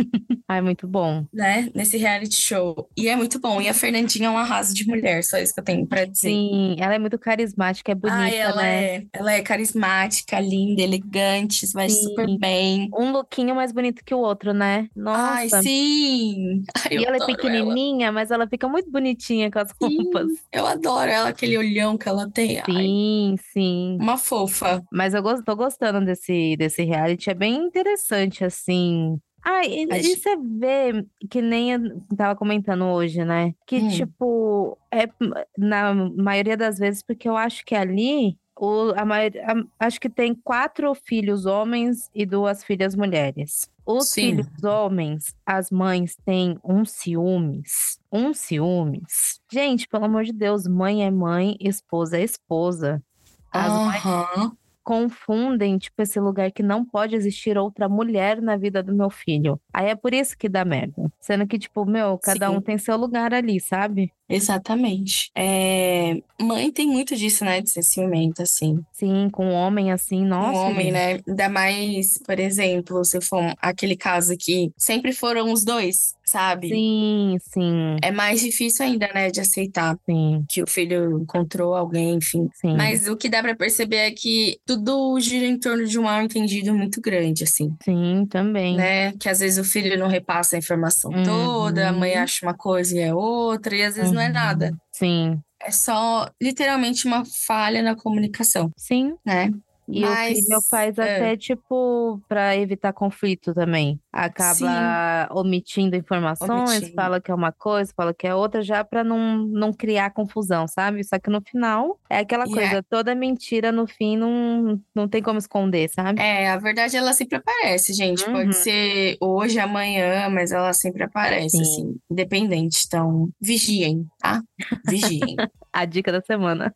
Speaker 2: Ai, muito bom.
Speaker 1: né? Nesse reality show. E é muito bom. E a Fernandinha é um arraso de mulher, só isso que eu tenho pra dizer.
Speaker 2: Sim, ela é muito carismática, é bonita,
Speaker 1: Ai, ela
Speaker 2: né?
Speaker 1: é, ela é carismática, linda, elegante, se veste
Speaker 2: Sim.
Speaker 1: super bem.
Speaker 2: Um lookinho mais bonito que o outro, né?
Speaker 1: Ai,
Speaker 2: Nossa.
Speaker 1: sim! Ai, eu
Speaker 2: E ela é
Speaker 1: adoro
Speaker 2: pequenininha, mas ela fica muito bonitinha com as
Speaker 1: Sim,
Speaker 2: roupas.
Speaker 1: Eu adoro ela, aquele olhão que ela tem. Ai,
Speaker 2: Sim, sim.
Speaker 1: uma fofa.
Speaker 2: Mas eu gos- tô gostando desse, desse reality. É bem interessante, assim. Ah, e,
Speaker 1: A
Speaker 2: e
Speaker 1: gen-
Speaker 2: você vê, que nem eu tava comentando hoje, né? Que,
Speaker 1: Hum.
Speaker 2: tipo, é na maioria das vezes, porque eu acho que ali, o, a maior, a- acho que tem quatro filhos homens e duas filhas mulheres. Os
Speaker 1: Sim.
Speaker 2: filhos homens, as mães têm um ciúmes. Um ciúmes. Gente, pelo amor de Deus, mãe é mãe, esposa é esposa.
Speaker 1: Ah.
Speaker 2: As mães
Speaker 1: Aham.
Speaker 2: confundem, tipo, esse lugar que não pode existir outra mulher na vida do meu filho. Aí é por isso que dá merda. Sendo que, tipo, meu, cada um
Speaker 1: Sim.
Speaker 2: tem seu lugar ali, sabe?
Speaker 1: Exatamente. É, Mãe tem muito disso, né? De ser ciumenta, assim.
Speaker 2: Sim, com um homem assim, nossa.
Speaker 1: um homem,
Speaker 2: gente.
Speaker 1: né? Ainda mais, por exemplo, se for um- aquele caso que sempre foram os dois, sabe?
Speaker 2: Sim, sim,
Speaker 1: É mais difícil ainda, né? De aceitar
Speaker 2: sim,
Speaker 1: que o filho encontrou alguém, enfim.
Speaker 2: sim.
Speaker 1: Mas o que dá pra perceber é que tudo gira em torno de um mal-entendido muito grande, assim,
Speaker 2: Sim, também.
Speaker 1: né? Que às vezes o filho não repassa a informação toda, a mãe
Speaker 2: Uhum.
Speaker 1: acha uma coisa e é outra, e às vezes não é
Speaker 2: Uhum.
Speaker 1: nada.
Speaker 2: Sim,
Speaker 1: É só literalmente uma falha na comunicação,
Speaker 2: sim.
Speaker 1: né?
Speaker 2: E o que meu
Speaker 1: Mas,
Speaker 2: faz
Speaker 1: é.
Speaker 2: até, tipo, pra evitar conflito também. Acaba omitindo informações,
Speaker 1: Omitindo.
Speaker 2: fala que é uma coisa, fala que é outra, já pra não, não criar confusão, sabe? Só que no final é aquela
Speaker 1: E é-
Speaker 2: coisa, toda mentira no fim não, não tem como esconder, sabe?
Speaker 1: É, a verdade ela sempre aparece, gente.
Speaker 2: Uhum.
Speaker 1: Pode ser hoje, amanhã, mas ela sempre aparece,
Speaker 2: Sim.
Speaker 1: assim, independente. Então, vigiem, tá? Vigiem.
Speaker 2: A dica da semana.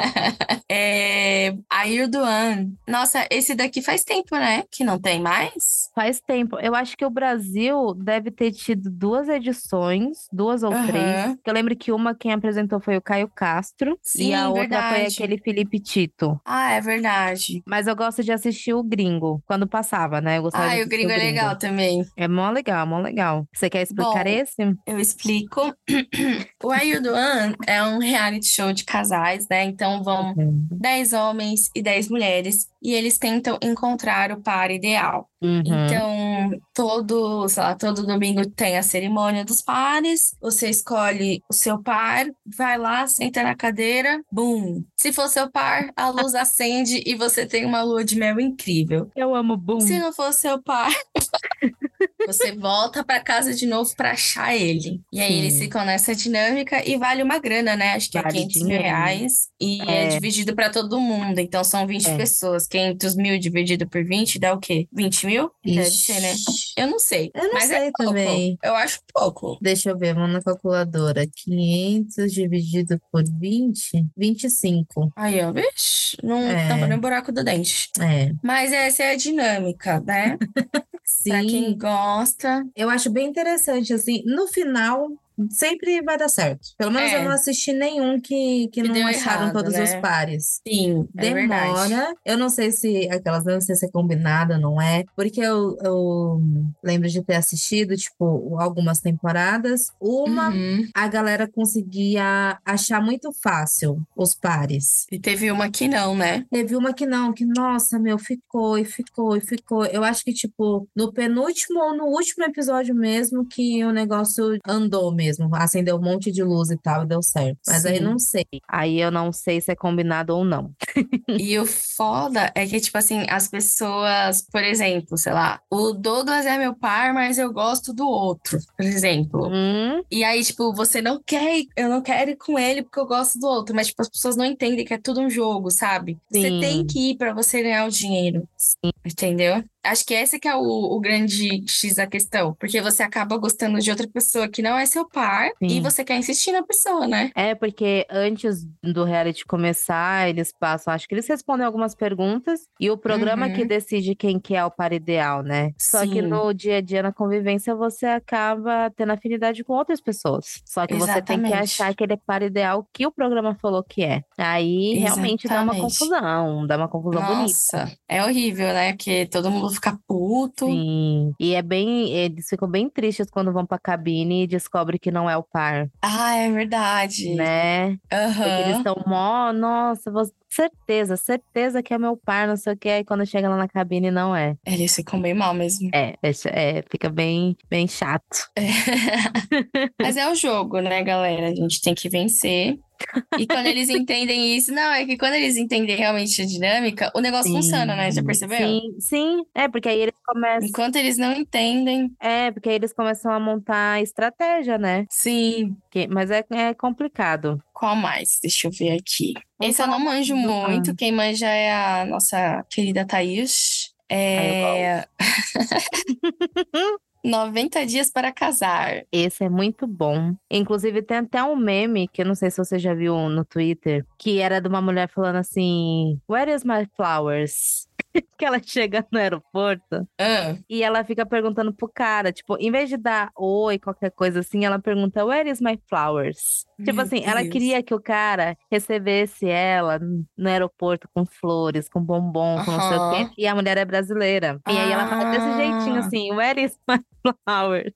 Speaker 1: É, a Irduan. Nossa, esse daqui faz tempo, né? Que não tem mais.
Speaker 2: Faz tempo. Eu acho que o Brasil deve ter tido duas edições, duas ou três.
Speaker 1: Aham.
Speaker 2: Eu lembro que uma quem apresentou foi o Caio Castro e
Speaker 1: Sim,
Speaker 2: a outra foi
Speaker 1: verdade.
Speaker 2: aquele Felipe Tito.
Speaker 1: Ah, é verdade.
Speaker 2: Mas eu gosto de assistir o gringo, quando passava, né? Eu gostava de
Speaker 1: Ah, e o
Speaker 2: assistir
Speaker 1: gringo é legal também.
Speaker 2: É mó legal, mó legal. Você quer explicar
Speaker 1: Bom,
Speaker 2: esse?
Speaker 1: Eu explico. O Ayudoan é um reality show de casais, né? Então vão 10 homens e 10 mulheres e eles tentam encontrar o par ideal.
Speaker 2: Uhum.
Speaker 1: Então, todo, sei lá, todo domingo tem a cerimônia dos pares. Você escolhe o seu par, vai lá, senta na cadeira, bum. Se for seu par, a luz acende e você tem uma lua de mel incrível.
Speaker 2: Eu amo Boom.
Speaker 1: Se não for seu par, Hum. você volta pra casa de novo pra achar ele. E aí
Speaker 2: Sim.
Speaker 1: eles ficam nessa dinâmica e vale uma grana, né? Acho que é
Speaker 2: Vale
Speaker 1: 500 mil
Speaker 2: dinheiro.
Speaker 1: reais e é,
Speaker 2: É.
Speaker 1: dividido pra todo mundo. Então são 20
Speaker 2: É.
Speaker 1: pessoas. 500 mil dividido por 20 dá o quê? 20 mil? Deve ser, né?
Speaker 4: Ixi.
Speaker 1: Eu não sei.
Speaker 4: Eu não
Speaker 1: mas
Speaker 4: sei
Speaker 1: é pouco.
Speaker 4: também.
Speaker 1: Eu acho pouco.
Speaker 4: Deixa eu ver, vamos na calculadora. 500 dividido por 20, 25.
Speaker 1: Aí, ó, vixe, não
Speaker 4: É.
Speaker 1: tampa nem o buraco do dente.
Speaker 4: É,
Speaker 1: Mas essa é a dinâmica, né? Pra
Speaker 4: sim.
Speaker 1: quem gosta.
Speaker 4: Eu acho bem interessante, assim, no final sempre vai dar certo. Pelo menos eu
Speaker 1: É.
Speaker 4: não assisti nenhum que, que
Speaker 1: Que
Speaker 4: não
Speaker 1: deu
Speaker 4: acharam
Speaker 1: errado,
Speaker 4: todos os
Speaker 1: né?
Speaker 4: pares.
Speaker 1: Sim, é verdade.
Speaker 4: Demora. Eu não sei se aquelas, eu não sei se é combinada, não é. Porque eu, eu lembro de ter assistido, tipo, algumas temporadas. Uma,
Speaker 1: Uhum.
Speaker 4: a galera conseguia achar muito fácil os pares.
Speaker 1: E teve uma que não, né?
Speaker 4: Teve uma que não, que nossa, meu, ficou e ficou e ficou. Eu acho que, tipo, no penúltimo ou no último episódio mesmo que o negócio andou
Speaker 5: mesmo. Acendeu um monte de luz e tal, e deu certo. Mas aí
Speaker 1: Sim.
Speaker 5: não sei.
Speaker 2: Aí eu não sei se é combinado ou não.
Speaker 1: E o foda é que, tipo assim, as pessoas, por exemplo, sei lá, o Douglas é meu par, mas eu gosto do outro, por exemplo.
Speaker 2: Hum,
Speaker 1: E aí, tipo, você não quer, ir- eu não quero ir com ele porque eu gosto do outro, mas, tipo, as pessoas não entendem que é tudo um jogo, sabe? Você
Speaker 2: Sim.
Speaker 1: tem que ir pra você ganhar o dinheiro, entendeu? Acho que esse que é o, o grande X da questão, porque você acaba gostando de outra pessoa que não é seu par e
Speaker 2: Sim.
Speaker 1: você quer insistir na pessoa, né?
Speaker 2: É, porque antes do reality começar, eles passam, acho que eles respondem algumas perguntas e o programa que
Speaker 1: Uhum.
Speaker 2: decide quem que é o par ideal, né? Só que
Speaker 1: Sim.
Speaker 2: no dia a dia, na convivência, você acaba tendo afinidade com outras pessoas. Só que você tem que
Speaker 1: Exatamente.
Speaker 2: achar aquele par ideal que o programa falou que é. Aí realmente dá uma
Speaker 1: Exatamente.
Speaker 2: confusão, dá uma confusão bonita.
Speaker 1: Nossa, é horrível, né? Porque todo mundo fica puto.
Speaker 2: Sim. E é bem, eles ficam bem tristes quando vão pra cabine e descobrem que não é o par,
Speaker 1: Ah, é verdade.
Speaker 2: né? Porque eles
Speaker 1: Aham.
Speaker 2: estão mó, nossa, vou- certeza, certeza que é meu par, não sei o que. Aí quando chega lá na cabine, não é.
Speaker 1: Eles ficam bem mal mesmo.
Speaker 2: É, é ch- é, fica bem, bem chato.
Speaker 1: Mas é o jogo, né, galera? A gente tem que vencer. E quando eles entendem isso, não, é que quando eles entendem realmente a dinâmica, o negócio funciona, né? Já percebeu?
Speaker 2: Sim, sim, é, porque aí eles começam.
Speaker 1: Enquanto eles não entendem,
Speaker 2: É, porque aí eles começam a montar estratégia, né?
Speaker 1: sim.
Speaker 2: Que- mas é, é complicado.
Speaker 1: Qual mais? Deixa eu ver aqui.
Speaker 2: Vamos
Speaker 1: Esse eu não manjo
Speaker 2: do- ah.
Speaker 1: muito. Quem manja é a nossa querida Thaís. É. 90 dias para casar.
Speaker 2: Esse é muito bom. Inclusive, tem até um meme que eu não sei se você já viu no Twitter, que era de uma mulher falando assim: Where is my flowers? que ela chega no aeroporto.
Speaker 1: Ah,
Speaker 2: E ela fica perguntando pro cara, tipo, em vez de dar oi, qualquer coisa assim, ela pergunta, where is my flowers? tipo
Speaker 1: Meu
Speaker 2: assim, ela
Speaker 1: Deus.
Speaker 2: queria que o cara recebesse ela n- no aeroporto com flores, com bombom, com não sei o
Speaker 1: Aham.
Speaker 2: quê. E a mulher é brasileira. E aí ela fala desse jeitinho
Speaker 1: Ah.
Speaker 2: assim, where is my flowers?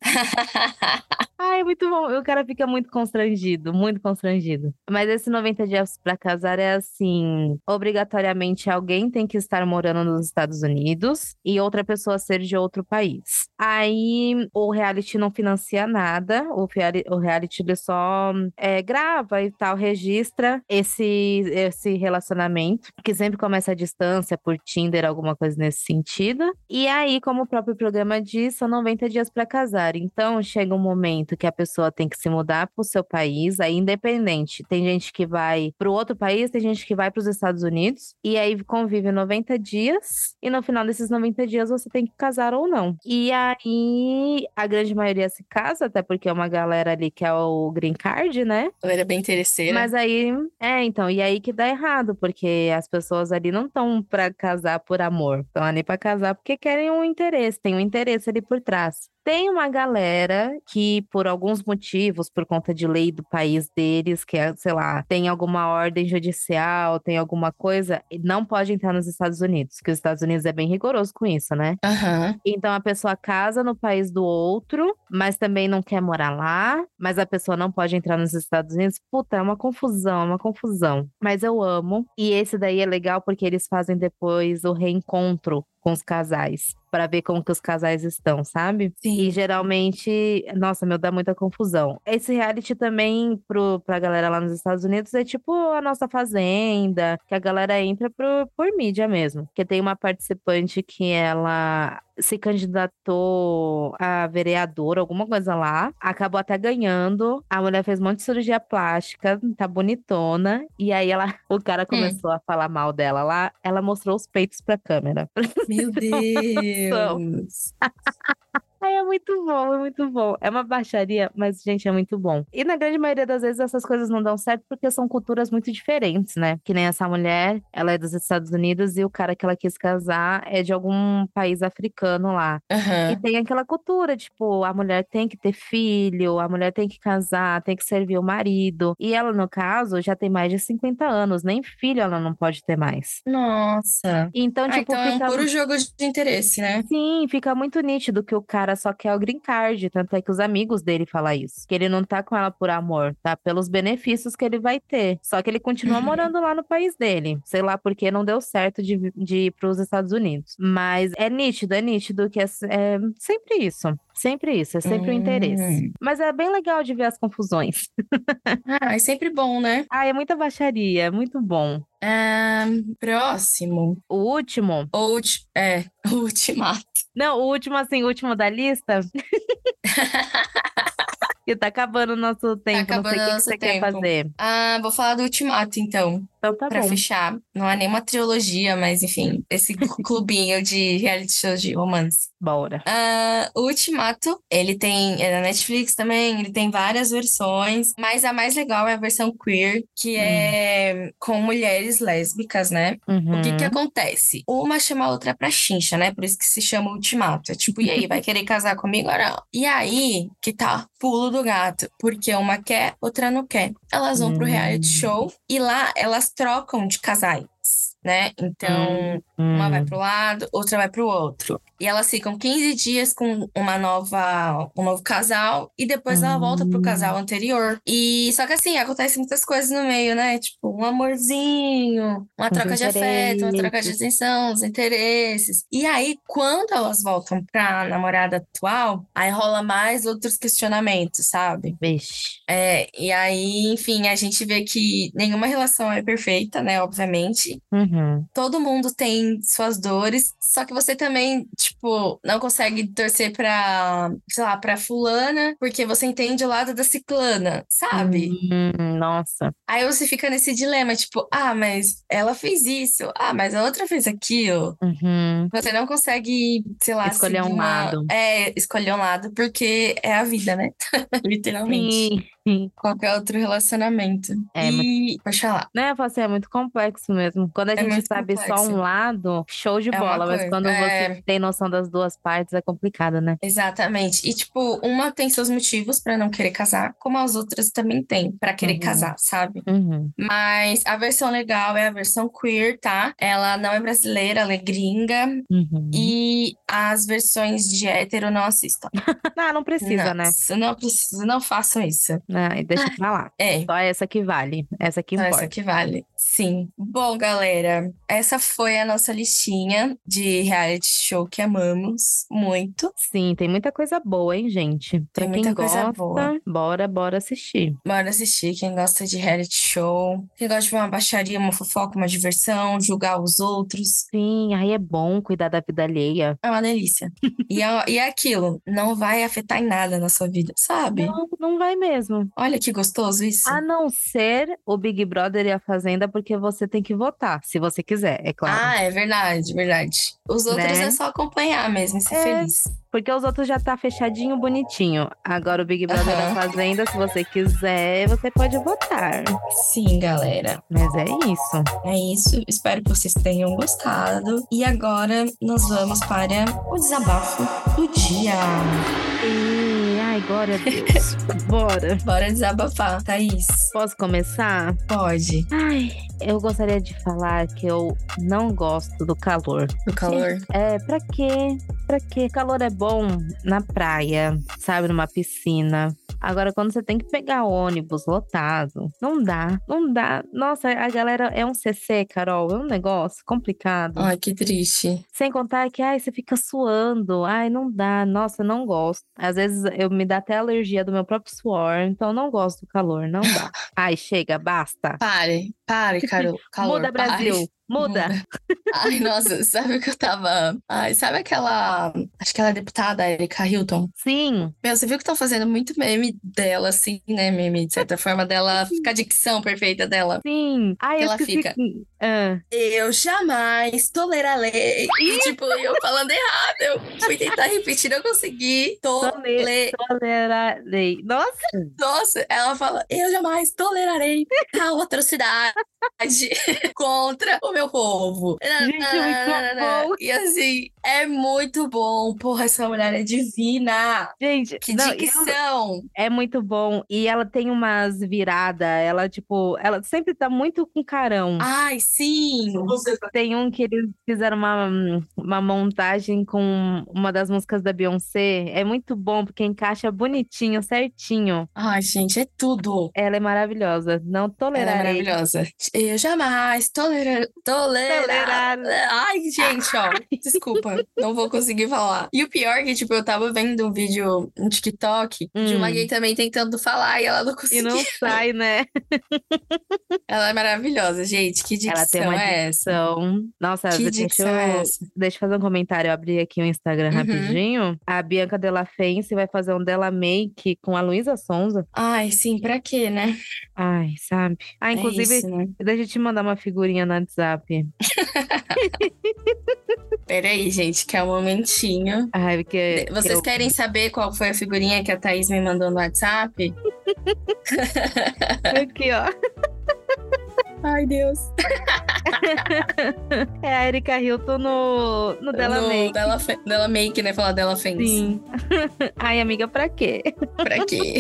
Speaker 2: Ai, é muito bom. E o cara fica muito constrangido, muito constrangido. Mas esse 90 dias pra casar é assim: obrigatoriamente alguém tem que estar morando nos Estados Unidos e outra pessoa ser de outro país. Aí o reality não financia nada, o, fiali- o reality ele só é, grava e tal, registra esse, esse relacionamento, que sempre começa à distância, por Tinder, alguma coisa nesse sentido. E aí, como o próprio programa diz, são 90 dias para casar. Então, chega um momento que a pessoa tem que se mudar para o seu país, aí independente. Tem gente que vai para o outro país, tem gente que vai para os Estados Unidos, e aí convive 90 dias, e no final desses 90 dias você tem que casar ou não. E aí, a grande maioria se casa, até porque é uma galera ali que é o green card, né?
Speaker 1: ela era bem interesseira.
Speaker 2: Mas aí, é, então, e aí que dá errado, porque as pessoas ali não estão pra casar por amor, estão ali pra casar porque querem um interesse, tem um interesse ali por trás. Tem uma galera que, por alguns motivos, por conta de lei do país deles, que é, sei lá, tem alguma ordem judicial, tem alguma coisa, e não pode entrar nos Estados Unidos, que os Estados Unidos é bem rigoroso com isso, né?
Speaker 1: Aham.
Speaker 2: Então a pessoa casa no país do outro, mas também não quer morar lá, mas a pessoa não pode entrar nos Estados Unidos. Puta, é uma confusão, é uma confusão. Mas eu amo. E esse daí é legal porque eles fazem depois o reencontro com os casais, Pra ver como que os casais estão, sabe? E
Speaker 1: Sim.
Speaker 2: geralmente, nossa, meu, dá muita confusão. Esse reality também pro, pra galera lá nos Estados Unidos é tipo a nossa fazenda, que a galera entra pro, por mídia mesmo. Porque tem uma participante que ela se candidatou a vereadora, alguma coisa lá, acabou até ganhando. A mulher fez um monte de cirurgia plástica, tá bonitona. E aí ela, o cara começou a falar mal dela lá, ela mostrou os peitos pra câmera.
Speaker 1: Meu Deus.
Speaker 2: Ai, é muito bom, é muito bom. É uma baixaria, mas, gente, é muito bom. E na grande maioria das vezes essas coisas não dão certo porque são culturas muito diferentes, né? Que nem essa mulher, ela é dos Estados Unidos e o cara que ela quis casar é de algum país africano lá. E
Speaker 1: Aham.
Speaker 2: tem aquela cultura, tipo, a mulher tem que ter filho, a mulher tem que casar, tem que servir o marido. E ela, no caso, já tem mais de 50 anos, nem filho ela não pode ter mais.
Speaker 1: Nossa.
Speaker 2: Então,
Speaker 1: Ah,
Speaker 2: tipo,
Speaker 1: então é um
Speaker 2: fica
Speaker 1: puro jogo de interesse, né?
Speaker 2: Sim, fica muito nítido que o cara cara só quer o green card, tanto é que os amigos dele falam isso. Que ele não tá com ela por amor, tá pelos benefícios que ele vai ter. Só que ele continua
Speaker 1: Uhum.
Speaker 2: morando lá no país dele. Sei lá porque não deu certo de, vi- de ir pros Estados Unidos. Mas é nítido, é nítido que é, s- é sempre isso. Sempre isso, é sempre o
Speaker 1: Hum.
Speaker 2: interesse. Mas é bem legal de ver as confusões.
Speaker 1: Ah, é sempre bom, né?
Speaker 2: Ah, é muita baixaria, é muito bom.
Speaker 1: Ah, próximo.
Speaker 2: O último,
Speaker 1: Ou é, o ultimato.
Speaker 2: não, o último assim, o último da lista. Que tá acabando o nosso tempo, não
Speaker 1: acabando
Speaker 2: sei o que que
Speaker 1: nosso
Speaker 2: você quer
Speaker 1: tempo.
Speaker 2: fazer.
Speaker 1: Ah, vou falar do ultimato, então,
Speaker 2: Então tá
Speaker 1: pra
Speaker 2: bom.
Speaker 1: fechar. Não é nenhuma trilogia, mas enfim, esse clubinho de reality shows de romance.
Speaker 2: Bora.
Speaker 1: Ah, o Ultimato, ele tem, é na Netflix também, ele tem várias versões, mas a mais legal é a versão queer,
Speaker 2: Hum.
Speaker 1: que é com mulheres lésbicas, né? O que que
Speaker 2: Uhum.
Speaker 1: acontece? Uma chama a outra pra chincha, né? Por isso que se chama ultimato. É tipo, e aí, vai querer casar comigo ou não? E aí, que tá pulo do gato. Porque uma quer, outra não quer. Elas vão pro reality
Speaker 2: Hum.
Speaker 1: show e lá elas trocam de casais, né? Então, uma vai
Speaker 2: Hum.
Speaker 1: pro lado, outra vai pro outro. E elas ficam 15 dias com uma nova, um novo casal e depois ela volta pro
Speaker 2: Hum.
Speaker 1: casal anterior. E só que assim, acontece muitas coisas no meio, né? Tipo, um amorzinho, uma
Speaker 2: Os
Speaker 1: troca de afeto, uma troca de
Speaker 2: interesses.
Speaker 1: atenção, os interesses. E aí, quando elas voltam pra namorada atual, aí rola mais outros questionamentos, sabe?
Speaker 2: Vixe.
Speaker 1: É, e aí, enfim, a gente vê que nenhuma relação é perfeita, né? Obviamente
Speaker 2: Uhum.
Speaker 1: todo mundo tem suas dores, só que você também, tipo, não consegue torcer pra, sei lá, pra fulana, porque você entende o lado da ciclana, sabe?
Speaker 2: Hum, nossa.
Speaker 1: Aí você fica nesse dilema, tipo, ah, mas ela fez isso, ah, mas a outra fez aquilo.
Speaker 2: Uhum.
Speaker 1: Você não consegue, sei lá,
Speaker 2: Escolher
Speaker 1: seguir
Speaker 2: um
Speaker 1: uma-
Speaker 2: lado.
Speaker 1: É, escolher um lado, porque é a vida, né? Literalmente.
Speaker 2: Sim.
Speaker 1: Qualquer outro relacionamento.
Speaker 2: É, mas-
Speaker 1: e, poxa lá,
Speaker 2: Né, eu falo assim, é muito complexo mesmo. Quando a
Speaker 1: É
Speaker 2: gente
Speaker 1: muito
Speaker 2: sabe só
Speaker 1: complexo.
Speaker 2: um lado, show de
Speaker 1: É uma
Speaker 2: bola. Mas
Speaker 1: coisa,
Speaker 2: quando
Speaker 1: é.
Speaker 2: você tem noção das duas partes, é complicado, né?
Speaker 1: Exatamente. E, tipo, uma tem seus motivos pra não querer casar, como as outras também têm pra querer
Speaker 2: Uhum.
Speaker 1: casar, sabe?
Speaker 2: Uhum.
Speaker 1: Mas a versão legal é a versão queer, tá? Ela não é brasileira, ela é gringa.
Speaker 2: Uhum.
Speaker 1: E as versões de hétero não assistam.
Speaker 2: Ah, não precisa,
Speaker 1: não, isso Não precisa, não façam isso.
Speaker 2: né? Ah, deixa pra lá.
Speaker 1: É,
Speaker 2: Só essa que vale. Essa que
Speaker 1: então
Speaker 2: importa.
Speaker 1: essa que vale. Sim. Bom, galera, essa foi a nossa listinha de reality show que amamos muito.
Speaker 2: Sim, tem muita coisa boa, hein, gente? Pra
Speaker 1: Tem
Speaker 2: quem
Speaker 1: muita coisa
Speaker 2: gosta,
Speaker 1: boa.
Speaker 2: bora, bora assistir.
Speaker 1: Bora assistir quem gosta de reality show, quem gosta de ver uma baixaria, uma fofoca, uma diversão, julgar os outros.
Speaker 2: Sim, aí é bom cuidar da vida alheia.
Speaker 1: É uma delícia. e, é, e é aquilo, não vai afetar em nada na sua vida, sabe?
Speaker 2: Não, não vai mesmo.
Speaker 1: Olha que gostoso isso.
Speaker 2: A não ser o Big Brother e a Fazenda, porque você tem que votar, se você quiser, é claro.
Speaker 1: Ah, é verdade, verdade. Os outros
Speaker 2: Né?
Speaker 1: é só acompanhar mesmo e ser
Speaker 2: É.
Speaker 1: feliz.
Speaker 2: Porque os outros já tá fechadinho, bonitinho. Agora o Big Brother e a
Speaker 1: Aham.
Speaker 2: Fazenda, se você quiser, você pode votar.
Speaker 1: Sim, galera.
Speaker 2: Mas é isso.
Speaker 1: É isso. Espero que vocês tenham gostado. E agora nós vamos para o desabafo do dia.
Speaker 2: E, ai, glória a Deus. bora.
Speaker 1: Bora desabafar, Thaís.
Speaker 2: Posso começar?
Speaker 1: Pode.
Speaker 2: Ai, eu gostaria de falar que eu não gosto do calor.
Speaker 1: Do calor.
Speaker 2: É, pra quê? Pra quê? Calor é bom na praia, sabe? Numa piscina. Agora, quando você tem que pegar ônibus lotado, não dá, não dá. Nossa, a galera é um CC, Carol, é um negócio complicado.
Speaker 1: Ai, que triste.
Speaker 2: Sem contar que, ai, você fica suando. Ai, não dá. Nossa, eu não gosto. Às vezes eu me dá até alergia do meu próprio suor, então eu não gosto do calor, não dá. Ai, chega, basta.
Speaker 1: Pare, pare, Carol. Calor,
Speaker 2: Tipo, Muda,
Speaker 1: pare.
Speaker 2: Brasil. Muda.
Speaker 1: Ai, nossa, sabe o que eu tava. Ai, sabe aquela. Acho que ela é deputada, Erika Hilton.
Speaker 2: Sim.
Speaker 1: Meu, você viu que estão fazendo muito meme dela, assim, né? Meme, de certa forma, dela. Fica a dicção perfeita dela.
Speaker 2: Sim. Ai, eu
Speaker 1: Ela
Speaker 2: esqueci.
Speaker 1: fica.
Speaker 2: que- Ah,
Speaker 1: Eu jamais tolerarei. E, tipo, eu falando errado. Eu fui tentar repetir, não consegui.
Speaker 2: Tole-
Speaker 1: Tole...
Speaker 2: tolerarei. Nossa,
Speaker 1: Nossa, ela fala, eu jamais tolerarei tal atrocidade contra o meu povo.
Speaker 2: Gente, muito bom.
Speaker 1: E assim, é muito bom. Porra, essa mulher é divina.
Speaker 2: Gente,
Speaker 1: Que
Speaker 2: não, e ela
Speaker 1: dicção.
Speaker 2: é muito bom. E ela tem umas viradas, ela, tipo, ela sempre tá muito com carão.
Speaker 1: Ai, sim. tá
Speaker 2: Tem um que eles fizeram uma, uma montagem com uma das músicas da Beyoncé. É muito bom, porque encaixa bonitinho, certinho.
Speaker 1: Ai, gente, é tudo.
Speaker 2: Ela é maravilhosa. Não
Speaker 1: Ela é
Speaker 2: tolerarei.
Speaker 1: maravilhosa. Eu jamais tolerarei.
Speaker 2: Tolerar.
Speaker 1: Ai, gente, ó. Desculpa, não vou conseguir falar. E o pior é que, tipo, eu tava vendo um vídeo no TikTok de uma
Speaker 2: Hum.
Speaker 1: gay também tentando falar e ela não
Speaker 2: E
Speaker 1: conseguiu.
Speaker 2: não sai, né?
Speaker 1: Ela é maravilhosa, gente. Que dicção
Speaker 2: Ela tem uma
Speaker 1: é essa?
Speaker 2: Então, nossa,
Speaker 1: Que
Speaker 2: deixa
Speaker 1: dicção
Speaker 2: eu,
Speaker 1: é essa?
Speaker 2: deixa eu fazer um comentário. Eu abri aqui o Instagram
Speaker 1: Uhum.
Speaker 2: rapidinho. A Bianca Della Fence vai fazer um Della Make com a Luísa Sonza.
Speaker 1: Ai, sim, pra quê, né?
Speaker 2: Ai, sabe? Ah,
Speaker 1: É
Speaker 2: inclusive,
Speaker 1: isso, né?
Speaker 2: deixa eu te mandar uma figurinha no WhatsApp.
Speaker 1: Peraí, gente, que é um momentinho.
Speaker 2: Ai, porque.
Speaker 1: De- Vocês
Speaker 2: É, eu-
Speaker 1: querem saber qual foi a figurinha que a Thaís me mandou no WhatsApp?
Speaker 2: Aqui, ó.
Speaker 1: Ai, Deus.
Speaker 2: É a Erika Hilton no, no Della
Speaker 1: No-
Speaker 2: Make.
Speaker 1: Della, Fe- Della Make, né? Falar Della Fence.
Speaker 2: Sim. Ai, amiga, pra quê?
Speaker 1: Pra quê?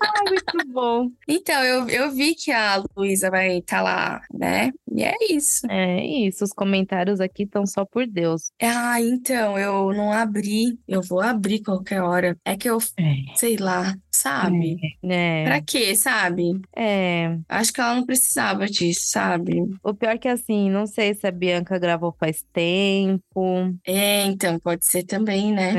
Speaker 2: Ai, muito bom.
Speaker 1: então, eu, eu vi que a Luísa vai estar lá, né? E é isso.
Speaker 2: É isso, os comentários aqui estão só por Deus.
Speaker 1: Ah, então, eu não abri. Eu vou abrir qualquer hora. É que eu,
Speaker 2: É.
Speaker 1: sei lá, sabe?
Speaker 2: É,
Speaker 1: Pra quê, sabe?
Speaker 2: é.
Speaker 1: Acho que ela não precisava disso, sabe?
Speaker 2: O pior que assim, não sei se a Bianca gravou faz tempo,
Speaker 1: É, então, pode ser também, né?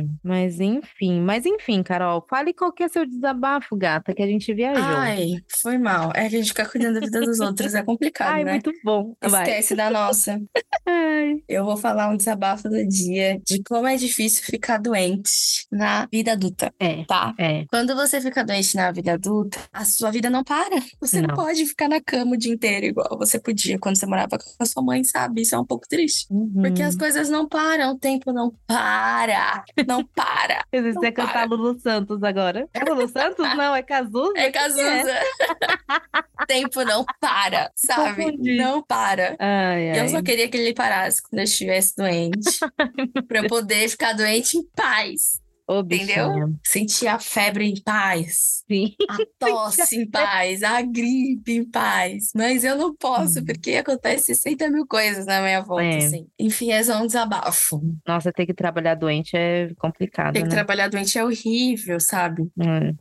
Speaker 2: é, mas enfim, mas enfim, Carol, fale qual que é seu desabafo, gata, que a gente viajou.
Speaker 1: Ai, foi mal. É que a gente fica cuidando da vida dos outros, é complicado,
Speaker 2: Ai,
Speaker 1: né?
Speaker 2: muito bom. Vai.
Speaker 1: Esquece da nossa.
Speaker 2: Ai.
Speaker 1: Eu vou falar um desabafo do dia de como é difícil ficar doente na vida adulta,
Speaker 2: É,
Speaker 1: tá?
Speaker 2: é.
Speaker 1: Quando você fica doente na vida adulta, a sua vida não para. Você não,
Speaker 2: Não.
Speaker 1: pode ficar na cama o dia inteiro igual você podia quando você morava com a sua mãe, sabe? Isso é um pouco triste. Porque as
Speaker 2: Uhum.
Speaker 1: coisas não param, o tempo não para. Não para.
Speaker 2: Às vezes
Speaker 1: não
Speaker 2: você ia cantar Lulu Santos agora. É Lulu Santos? Não, é Cazuza?
Speaker 1: É Cazuza. tempo não para, sabe?
Speaker 2: É. Confundi. É.
Speaker 1: Não para.
Speaker 2: Ai,
Speaker 1: Eu
Speaker 2: ai.
Speaker 1: só queria que ele parasse quando eu estivesse doente. pra eu poder ficar doente em paz.
Speaker 2: Ô,
Speaker 1: assim, Entendeu?
Speaker 2: bichinha.
Speaker 1: Sentir a febre em paz.
Speaker 2: Sim.
Speaker 1: A tosse em paz. A gripe em paz. Mas eu não posso,
Speaker 2: Hum.
Speaker 1: porque acontece 60 mil coisas na minha volta,
Speaker 2: É.
Speaker 1: assim. Enfim, é só um desabafo.
Speaker 2: Nossa, ter que trabalhar doente é complicado,
Speaker 1: Ter que
Speaker 2: né? É.
Speaker 1: trabalhar doente é horrível, sabe?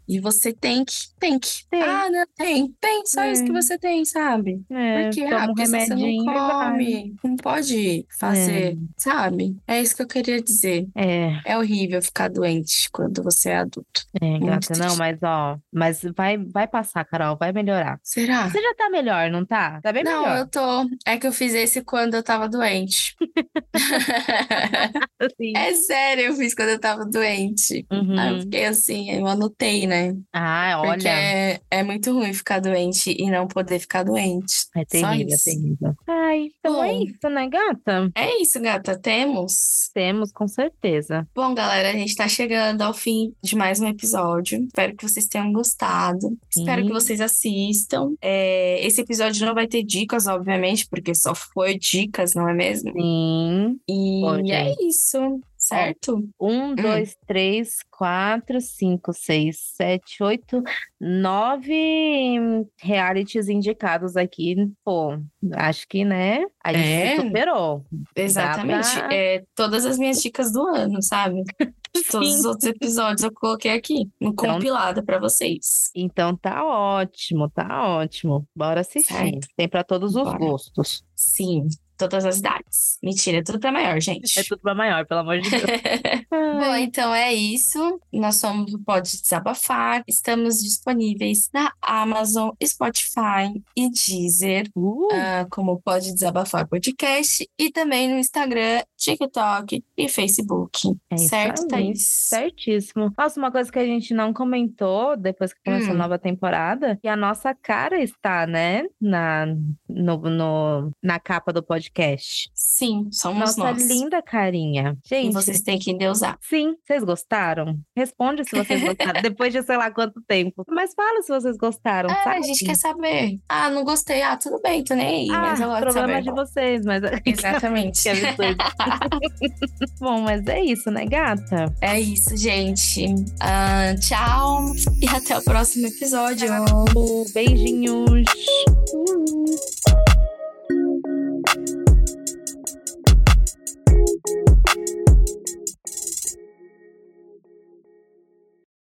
Speaker 1: E você tem que, tem que.
Speaker 2: Tem.
Speaker 1: Ah, não, tem, tem. Só isso que
Speaker 2: É.
Speaker 1: você tem, sabe?
Speaker 2: É,
Speaker 1: Porque,
Speaker 2: toma
Speaker 1: ah,
Speaker 2: um
Speaker 1: porque se você
Speaker 2: remedinho
Speaker 1: não
Speaker 2: e vai.
Speaker 1: come, não pode fazer, sabe? É isso que eu queria dizer.
Speaker 2: É,
Speaker 1: É horrível ficar doente quando você é adulto.
Speaker 2: é, gata, não,
Speaker 1: triste.
Speaker 2: mas ó, mas vai, vai passar, Carol, vai melhorar.
Speaker 1: Será?
Speaker 2: Você já tá melhor, não tá? Tá bem
Speaker 1: não,
Speaker 2: melhor.
Speaker 1: eu tô. É que eu fiz esse quando eu tava doente.
Speaker 2: Sim.
Speaker 1: é sério, eu fiz quando eu tava doente.
Speaker 2: Assim, Uhum.
Speaker 1: Aí é, eu fiquei assim, eu anotei, né?
Speaker 2: Ah,
Speaker 1: Porque
Speaker 2: olha,
Speaker 1: é, é muito ruim ficar doente e não poder ficar doente.
Speaker 2: é terrível, é
Speaker 1: isso.
Speaker 2: terrível. Ai, então é
Speaker 1: Bom.
Speaker 2: isso, né, gata?
Speaker 1: É isso, gata. Temos.
Speaker 2: Temos, com certeza.
Speaker 1: Bom, galera, a gente tá chegando ao fim de mais um episódio. Espero que vocês tenham gostado. Espero que
Speaker 2: Sim.
Speaker 1: vocês assistam. É, esse episódio não vai ter dicas, obviamente, porque só foi dicas, não é mesmo?
Speaker 2: Sim.
Speaker 1: E
Speaker 2: Pode.
Speaker 1: é isso, certo?
Speaker 2: Um, dois, três, quatro, cinco, seis, sete, oito, nove realities indicados aqui. Pô, acho que, né? A gente se
Speaker 1: É.
Speaker 2: superou.
Speaker 1: Exatamente.
Speaker 2: pra-
Speaker 1: É, todas as minhas dicas do ano, sabe? De Todos os
Speaker 2: Sim.
Speaker 1: outros episódios eu coloquei aqui, no compilado pra vocês.
Speaker 2: Então tá ótimo, tá ótimo. Bora assistir.
Speaker 1: Certo.
Speaker 2: Tem pra todos os
Speaker 1: Bora.
Speaker 2: gostos.
Speaker 1: Sim, todas as idades. Mentira, é tudo pra maior, gente.
Speaker 2: É tudo pra maior, pelo amor de Deus.
Speaker 1: Bom,
Speaker 2: Ai,
Speaker 1: então é isso. Nós somos o Pode Desabafar. Estamos disponíveis na Amazon, Spotify e Deezer,
Speaker 2: uh,
Speaker 1: ah, como Pode Desabafar Podcast, e também no Instagram, TikTok e Facebook.
Speaker 2: é isso
Speaker 1: certo, tá
Speaker 2: aí.
Speaker 1: Thaís?
Speaker 2: Certíssimo. Nossa, uma coisa que a gente não comentou depois que começou
Speaker 1: Hum.
Speaker 2: a nova temporada, que a nossa cara está, né, na, no, no- na capa do podcast.
Speaker 1: Sim, somos
Speaker 2: Nossa
Speaker 1: nós.
Speaker 2: linda carinha.
Speaker 1: E
Speaker 2: Gente,
Speaker 1: vocês têm que endeusar.
Speaker 2: sim, vocês gostaram? Responde se vocês gostaram, depois de sei lá quanto tempo. Mas fala se vocês gostaram,
Speaker 1: Ah,
Speaker 2: sabe?
Speaker 1: a gente quer saber. Ah, não gostei. Ah, tudo bem, tô nem aí. mas é eu
Speaker 2: Ah,
Speaker 1: gosto de
Speaker 2: problema
Speaker 1: saber.
Speaker 2: de vocês, mas... é
Speaker 1: Exatamente.
Speaker 2: Que absurdo. Bom, mas é isso, né, gata?
Speaker 1: É isso, gente. Ah, Uhum. tchau e até o próximo episódio.
Speaker 2: Beijinhos.